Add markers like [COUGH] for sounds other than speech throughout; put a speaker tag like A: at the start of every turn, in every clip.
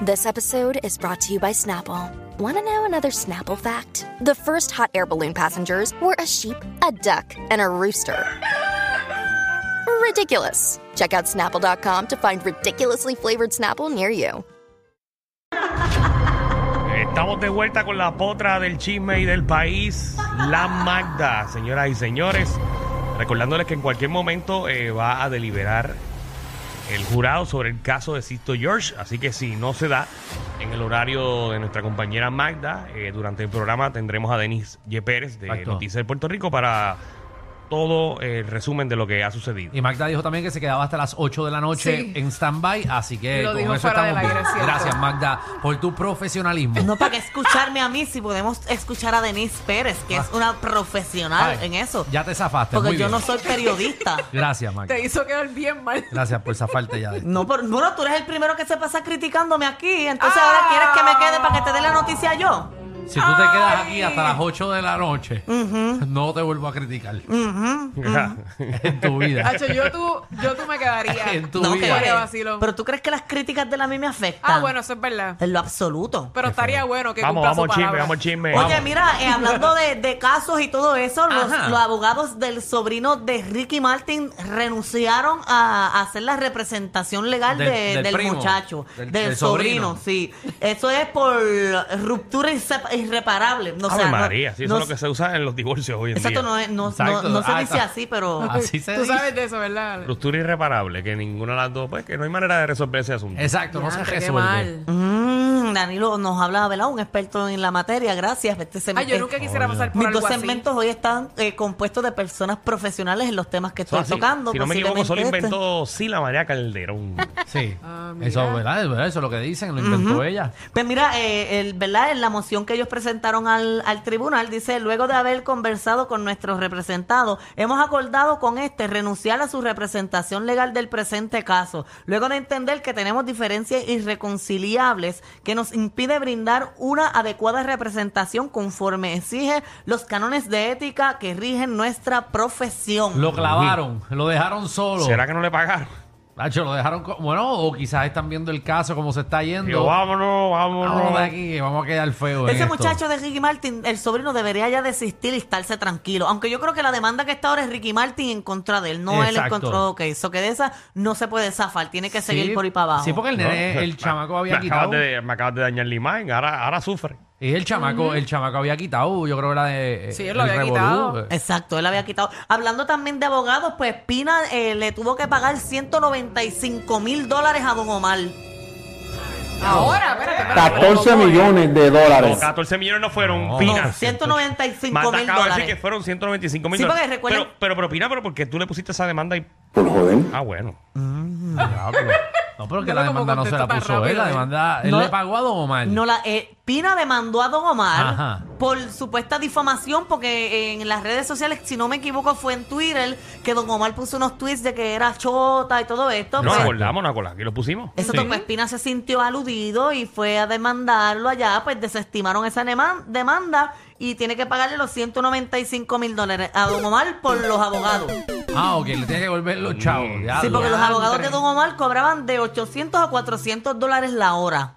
A: This episode is brought to you by Snapple. Want to know another Snapple fact? The first hot air balloon passengers were a sheep, a duck, and a rooster. Ridiculous. Check out snapple.com to find ridiculously flavored Snapple near you.
B: Estamos de vuelta con la potra del chisme y del país, la Magda, señoras y señores. Recordándoles que en cualquier momento eh, va a deliberar el jurado sobre el caso de Sisto George. Así que si no se da en el horario de nuestra compañera Magda, eh, durante el programa tendremos a Denis Ye Pérez de
C: Exacto.
B: Noticias de Puerto Rico para todo eh, el resumen de lo que ha sucedido.
C: Y Magda dijo también que se quedaba hasta las 8 de la noche
D: Sí.
C: en stand-by, así que
D: Lo
C: con
D: dijo
C: eso
D: fuera
C: estamos
D: del aire,
C: bien.
D: es cierto.
C: Gracias, Magda, por tu profesionalismo.
E: No, ¿para qué escucharme a mí si podemos escuchar a Denise Pérez, que es una profesional
C: Ah. Ay,
E: en eso?
C: Ya te zafaste.
E: Porque
C: muy
E: yo
C: bien.
E: no soy periodista.
C: [LAUGHS] Gracias, Magda.
D: Te hizo quedar
B: [LAUGHS]
D: bien mal.
C: Gracias por zafarte
E: [LAUGHS]
C: ya de esto.
E: No, pero bueno, tú eres el primero que se pasa criticándome aquí, entonces
D: Ah.
E: ahora quieres que me quede para que te dé la noticia yo.
C: Si tú te quedas aquí hasta las 8 de la noche, no te vuelvo a
E: [LAUGHS]
C: criticar
B: [LAUGHS]
C: en tu vida.
D: Hacho, yo tú, yo tú
B: [LAUGHS]
D: me quedaría.
C: [LAUGHS] En tu
E: No,
C: vida.
D: Fuera de
E: que-
D: vacilón.
E: Pero tú crees que las críticas de la mí me afectan.
D: Ah, bueno, eso es verdad.
E: En lo absoluto.
D: Pero estaría bueno que
B: Vamos,
D: cumpla su
B: vamos, chisme,
D: palabra.
B: vamos, chisme.
E: Oye,
B: vamos.
E: mira, eh, hablando de, de casos y todo eso, los,
C: Ajá.
E: los abogados del sobrino de Ricky Martin renunciaron a, a hacer la representación legal
C: Del-
E: de-
C: del
E: del,
C: primo,
E: muchacho,
C: del-
E: del,
C: del
E: sobrino.
C: sobrino.
E: sí. Eso es por ruptura insep- irreparable. No, o
B: Ave
E: sea, no-
B: María, sí, eso
E: no-
B: es lo que se usa en los divorcios hoy en
E: Exacto,
B: día.
E: no, es- no-
C: Exacto.
E: no- no se
C: Ah,
E: dice
C: está.
E: así, pero...
C: Así se
D: Tú
C: dice.
D: sabes de eso, ¿verdad?
B: Ruptura irreparable, que ninguna de las dos, pues que no hay manera de resolver ese asunto.
C: Exacto, no se
D: Diantre, qué
C: resuelve.
D: mal.
E: Mm, Danilo nos habla, ¿verdad? Un experto en la materia, gracias. Este se-
D: Ay, Ah, yo nunca quisiera pasar por
E: Mis
D: algo
E: dos
D: así.
E: segmentos hoy están eh, compuestos de personas profesionales en los temas que
B: Eso
E: estoy
B: así.
E: tocando.
B: Si no me equivoco, solo
E: posiblemente este.
B: inventó sí la María Calderón.
C: Sí.
D: Ah, mira.
C: Eso, ¿verdad? Es verdad, Eso es lo que dicen, lo inventó ella.
E: Pues mira, eh, el, ¿verdad? En la moción que ellos presentaron al, al tribunal dice, luego de haber conversado con nuestros representados, hemos acordado con este renunciar a su representación legal del presente caso, luego de entender que tenemos diferencias irreconciliables que nos impide brindar una adecuada representación conforme exige los cánones de ética que rigen nuestra profesión.
C: Lo clavaron, lo dejaron solo.
B: ¿Será que no le pagaron?
C: Nacho, lo dejaron. co- Bueno, o quizás están viendo el caso, como se está
B: Digo,
C: yendo.
B: vámonos,
C: Vámonos de
B: vámonos.
C: aquí, que vamos a quedar feo. en
E: Ese
C: esto.
E: muchacho de Ricky Martin, el sobrino, debería ya desistir y estarse tranquilo. Aunque yo creo que la demanda que está ahora es Ricky Martin en contra de él, no él en
C: Exacto.
E: contra de OK. Eso que de esa no se puede zafar, tiene que
C: Sí,
E: seguir por ahí para abajo.
C: Sí, porque el nene,
B: No,
C: el chamaco había
B: me
C: quitado.
B: Acabas de, me acabas de dañar la imagen, ahora, ahora sufre.
C: Y el chamaco, el chamaco había quitado, yo creo que era de. eh,
D: Sí,
C: el
D: él lo había
C: revolú.
D: quitado.
C: Eh,
E: Exacto, él había quitado. Hablando también de abogados, pues Pina eh, le tuvo que pagar 195 mil dólares a Don Omar.
D: Ahora, espérate, espérate.
F: 14 millones de dólares.
B: No, 14 millones no fueron
C: No.
B: pinas.
E: No, 195
B: Magda
E: mil
B: acaba de decir que
E: dólares.
B: fueron 195 mil
E: Sí,
B: dólares.
E: porque recuerden-
B: Pero, pero propina, pero porque tú le pusiste esa demanda y...
F: Por joder.
B: Ah, bueno.
E: Em.
C: diablo. No, pero que
D: No,
C: la
D: no, como
C: demanda no se la
D: contesta tan
C: puso él.
D: rápido,
C: La
D: eh.
C: demanda, él
E: No,
C: le pagó a Don Omar.
E: No, la, eh, Pina demandó a Don Omar
C: Ajá.
E: por supuesta difamación, porque eh, en las redes sociales, si no me equivoco, fue en Twitter que Don Omar puso unos tweets de que era chota y todo esto.
B: No
E: pues,
B: acordamos, no acordamos. Aquí lo pusimos.
E: eso
B: Sí.
E: pues Pina se sintió aludido y fue a demandarlo allá, pues desestimaron esa nema- demanda y tiene que pagarle los 195 mil dólares a Don Omar por los abogados.
C: Ah, ok, le tiene que volver los chavos.
E: Sí,
C: diablo.
E: porque los
D: Diantre.
E: abogados de Don Omar cobraban de 800 a 400 dólares la hora.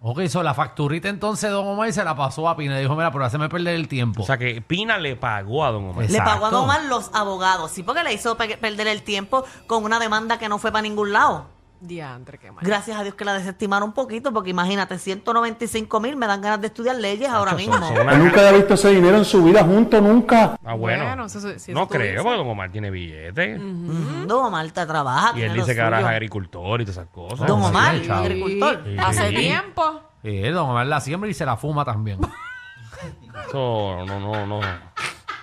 C: Ok, eso, la facturita entonces Don Omar se la pasó a Pina. y Dijo, mira, pero hazme perder el tiempo.
B: O sea que Pina le pagó a Don Omar.
C: Exacto.
E: Le pagó a Don Omar los abogados, sí, porque le hizo pe- perder el tiempo con una demanda que no fue para ningún lado.
D: Diantre, qué mal.
E: Gracias a Dios que la desestimaron un poquito, porque imagínate, 195 mil me dan ganas de estudiar leyes ahora
B: Son-
E: mismo.
B: son una
F: Él nunca había visto ese dinero en su vida junto, nunca.
B: Ah, bueno.
D: Bueno, eso- eso- si eso
B: no
D: tú
B: creo,
D: dices.
B: porque Don Omar tiene billetes.
E: Ujú, Mm, Don Omar te trabaja.
B: Y
E: tiene
B: él
E: lo
B: dice que ahora es
E: suyo.
B: agricultor y todas esas cosas.
E: Don
C: Sí,
E: Omar,
C: el
E: un
C: chavo.
E: agricultor.
B: Sí. [LAUGHS]
D: Hace tiempo. este
C: Eh, Sí, Don Omar la siembra y se la fuma también.
B: Eso no, no, no.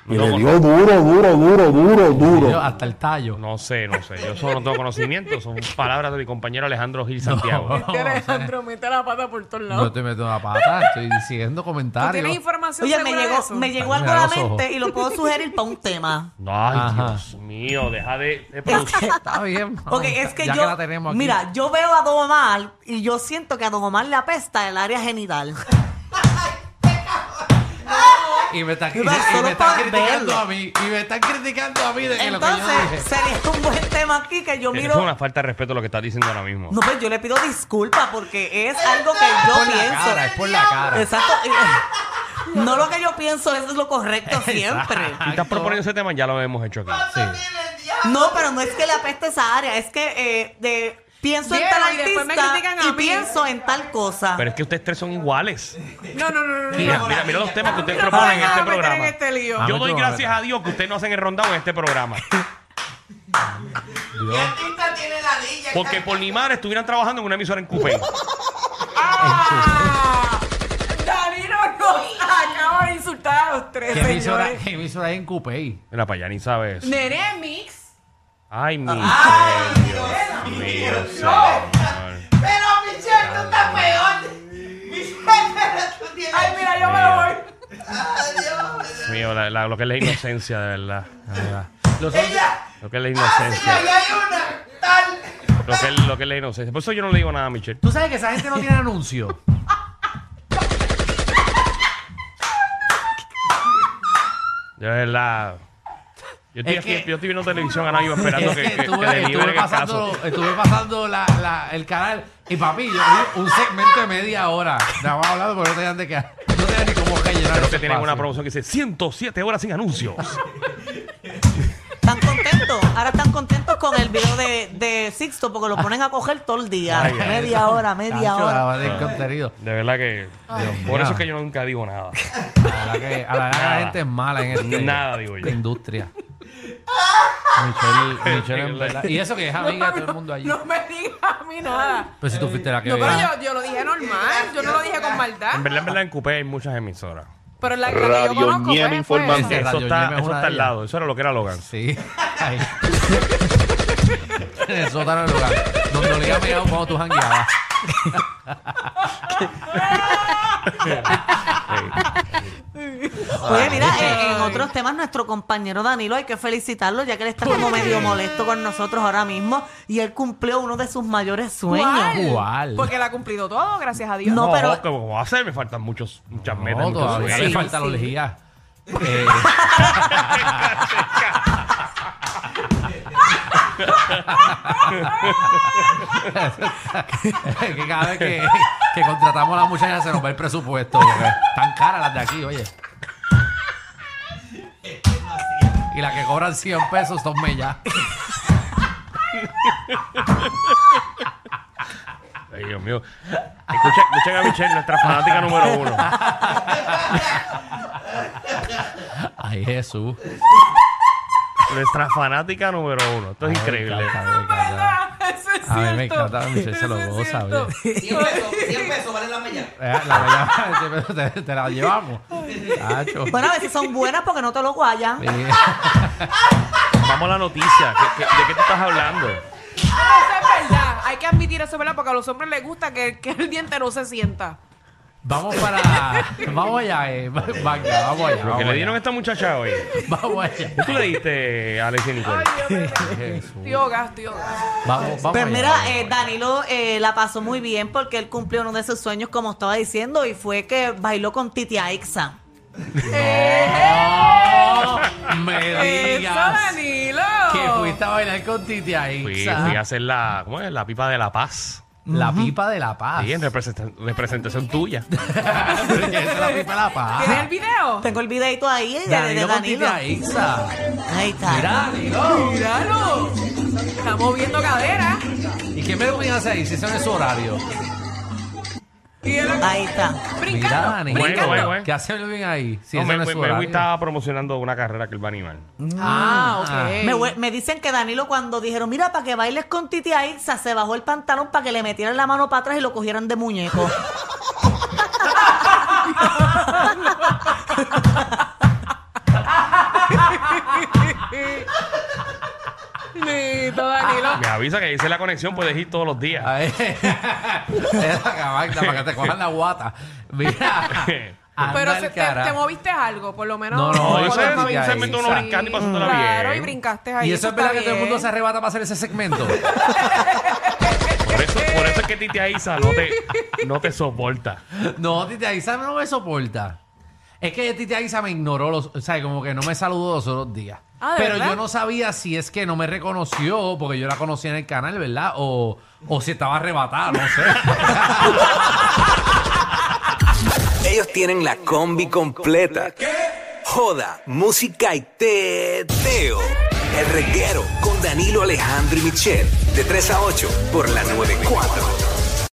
F: Y
B: No,
F: le
B: no.
F: dio duro, duro, duro, duro,
C: Yo,
F: duro.
C: Hasta el tallo.
B: No sé, no sé. Yo solo no tengo conocimiento. Son palabras de mi compañero Alejandro Gil Santiago.
C: No,
D: Este Alejandro mete la pata por todos
C: No
D: lados.
C: te meto la pata, estoy diciendo
D: ¿Tú tienes
C: comentarios.
D: información
E: Oye, me
D: segura de
E: llegó,
D: eso?
E: me llegó
C: Ay,
E: algo
C: me da
E: a la
C: los ojos.
E: mente y lo puedo sugerir para
C: [LAUGHS]
E: un tema.
B: Ay,
C: Ajá.
B: Dios mío, deja de, de producir.
C: Está bien. mano.
E: Porque es que
C: ya
E: yo,
C: Que la tenemos aquí.
E: mira, yo veo a Don Omar y yo siento que a Don Omar le apesta el área
C: [LAUGHS]
E: genital.
C: Y me están, y- y
E: Mira,
C: me
E: solo
C: están
E: para
C: criticando
E: verlo.
C: a mí. Y me están criticando a mí de que lo que yo
E: Entonces,
C: dije.
E: sería un buen tema aquí que yo
B: Es una
E: miro.
B: falta de respeto lo que estás diciendo ahora mismo.
E: No, pues yo le pido disculpas porque es algo que
C: Es
E: yo
C: por la cara, es
E: pienso.
C: por la cara.
E: Exacto. No lo que yo pienso es lo correcto siempre.
B: Si estás proponiendo ese tema, ya lo hemos hecho aquí.
C: Sí.
E: No, pero no es que le apeste esa área, es que eh, de, pienso en
D: Vieron,
E: tal
D: y después me
E: artista
D: critican a
E: y
D: mí.
E: pienso en tal cosa.
B: Pero es que ustedes tres son iguales.
D: No, no, no, no.
B: Mira,
D: no.
B: mira, mira los temas que ustedes
D: No me
B: proponen en
D: van a
B: este
D: meter
B: programa.
D: en este lío.
C: Ah,
B: Yo
C: me
B: doy
C: tengo
B: gracias
C: que-
B: a Dios que ustedes no hacen el rondado en este [LAUGHS] programa.
C: Dios.
B: Porque por mi madre estuvieran trabajando en una emisora en Coupé.
D: ¡Ah! Danilo nos acaba de insultar a los tres,
C: ¿Qué emisora,
D: señores.
C: qué emisora hay en Coupey?
B: Mira, para allá ni sabes.
D: Nene Mix.
B: Ay, mi Ah, Dios mío, señor.
G: Pero Michelle, tú estás
B: Ah.
G: peor. Michelle, pero tú tienes.
D: Ay, mira, yo me lo voy.
G: Adiós.
B: Dios mío, la- la- lo que es la inocencia, de verdad. De verdad.
C: Los
G: Ella.
B: Lo que es la
G: Ah, sí, ahí
B: inocencia.
G: hay una. Tal.
B: Lo que es, lo que es la inocencia. Por eso yo no le digo nada a Michelle.
C: Tú sabes que esa gente no tiene
B: [LAUGHS]
C: anuncio.
B: De verdad. Yo estoy,
C: Es
B: aquí-
C: que-
B: yo estoy viendo televisión ahora mismo esperando
C: Es
B: que,
C: que
B: que, que
C: estuve, estuve
B: deliberen el
C: pasando,
B: caso.
C: estuve pasando la- la- el canal y papi, yo vi un segmento de media hora. Nada más hablando porque no tenían de qué. No tenían ni cómo rellenar.
B: Creo
C: ese
B: que tienen una
C: espacio.
B: promoción que dice 107 horas sin anuncios.
E: Están contentos, ahora están contentos con el video de, de Sixto porque lo ponen a coger todo el día.
B: Ay, ay,
E: media hora, media
C: Tacho,
E: hora.
C: la verdad,
B: Ah.
C: el contenido.
B: De verdad que.
C: Dios
B: por
C: mío.
B: eso es que yo nunca digo nada.
C: A la, que, a la, verdad, la
B: Nada.
C: gente es mala en este-
B: Nada, digo yo.
C: esta
D: [LAUGHS]
C: industria.
B: [LAUGHS]
C: Michelle, Michelle en verdad. Y eso que es amiga de todo el mundo allí.
D: No me digas a mí nada.
C: Pero si tú fuiste la que
D: No, pero
B: Eh,
C: vea.
D: yo, yo lo dije normal. Yo no lo dije con
B: En
D: maldad.
B: verdad, en verdad, en Coupé hay muchas emisoras.
D: Pero la, la que yo conozco pues, fue- fue
C: informante.
D: esa.
B: Eso
C: Radio
B: está,
C: Yeme es
B: eso
C: una
B: está
C: de
B: al
C: ellas.
B: lado. Eso era lo que era Logan.
C: Sí. [LAUGHS] Ahí. en el sótano del lugar. Donde le había mirado cuando tú jangueabas.
E: Oye, mira, en, en otros temas, nuestro compañero Danilo, hay que felicitarlo ya que él está como medio molesto con nosotros ahora mismo y él cumplió uno de sus mayores sueños.
D: ¿Cuál?
C: ¿Cuál?
D: Porque la ha cumplido todo, gracias a Dios. [LAUGHS]
E: No, pero-
B: que como va a ser, me faltan muchos, muchas metas.
C: No,
B: muchos
C: todavía
B: sueños.
C: le falta la orgía. Eh, [LAUGHS] que cada vez que, que contratamos a la muchacha se nos va el presupuesto. porque Están caras las de aquí, oye. Y las que cobran 100 pesos son mellas.
B: Ay, Dios mío. Escuchen, escuchen a Michelle, nuestra fanática número uno.
C: Ay, Jesús.
B: Nuestra fanática número uno. Esto es increíble.
D: Ah, eso es
C: A mí
D: cierto.
C: me encanta, Michelle se lo
D: Eso es
C: goza,
D: cierto.
G: 100 pesos, 100 pesos vale la mañana.
C: Eh, [LAUGHS] La bella, te, te la llevamos. Tacho.
E: Bueno, a veces son buenas porque no te lo guayan.
C: Sí.
B: Vamos a la noticia. ¿Qué- qué- ¿De qué tú estás hablando?
D: Ah, eso es verdad. Hay que admitir eso, ¿verdad? Porque a los hombres les gusta que, que el diente no se sienta.
C: Vamos para. Vamos allá, eh. Magda, vamos allá.
B: Lo
C: vamos
B: que le
C: allá.
B: dieron a esta muchacha hoy.
C: Vamos allá.
B: ¿Qué tú le diste a Alexis Nicole?
D: Ay, Dios mío. [LAUGHS]
C: Jesús.
D: Tío gas, tío gas.
C: Vamos, vamos.
E: Pues
C: allá,
E: mira,
C: vamos
E: eh,
C: allá.
E: Danilo eh, la pasó muy bien porque él cumplió uno de sus sueños, como estaba diciendo, y fue que bailó con Titi Aixa.
C: No me
D: eh. Eso,
C: digas
D: Danilo.
C: que fuiste a bailar con Titi ahí.
B: Fui,
C: ¿sabes?
B: fui a hacer la, ¿cómo es? la pipa de la paz.
C: La pipa de la paz. [LAUGHS]
B: Sí, en representa- representación tuya.
C: Porque es la pipa de la paz.
D: ¿Tienes el video?
E: Tengo el videito ahí eh, de, de
C: Danilo con Titi
E: Danilo.
C: Aixa.
E: Ahí está.
C: Mira, Danilo.
D: Ah. Míralo. Está moviendo cadera.
C: ¿Y qué me voy a hacer ahí si ese no es su horario?
D: Y él
E: Ahí está.
C: Mira,
D: brincando.
C: Dani.
B: Brincando.
C: bueno,
B: bueno.
C: ¿Qué hace bien ahí? Si
B: No,
C: ese
B: me,
C: no es
B: me-
C: su
B: me- me
C: horario.
B: estaba promocionando una carrera que él va a animar.
D: Ah, ok.
E: Me, hue- me dicen que Danilo cuando dijeron, mira, para que bailes con Titi Aixa, se bajó el pantalón para que le metieran la mano para atrás y lo cogieran de muñeco.
D: bendito, Danilo.
C: Ah,
B: Me avisa que hice la conexión, puedes ir todos los días.
C: [LAUGHS] Ahí. Es la cabacta, para que te cojan la guata.
B: [LAUGHS]
C: Mira. anda
D: Pero
C: al
D: se- te,
C: cara.
D: te moviste algo, por lo menos.
C: No, no,
D: Por
C: eso
D: lo
C: es
D: menos
C: un
D: brincaste.
C: segmento, uno
B: brincando y pasándola
D: Claro,
B: bien.
D: y brincaste ahí.
C: Y eso es verdad que todo el mundo se arrebata para hacer ese segmento. [LAUGHS]
B: Por eso, por eso es que Titi Aiza no te, no te soporta.
C: No, Titi Aiza no me soporta. Es que Titi Aiza me ignoró, los, o sea, como que no me saludó los otros días.
D: Ah, ¿de
C: Pero
D: verdad?
C: yo no sabía si es que no me reconoció, porque yo la conocía en el canal, ¿verdad? O, o si estaba arrebatada, no sé. [LAUGHS]
H: Ellos tienen la combi completa. Joda, música y teo. El reguero con Danilo Alejandro y Michel. De 3 a 8 por la 94.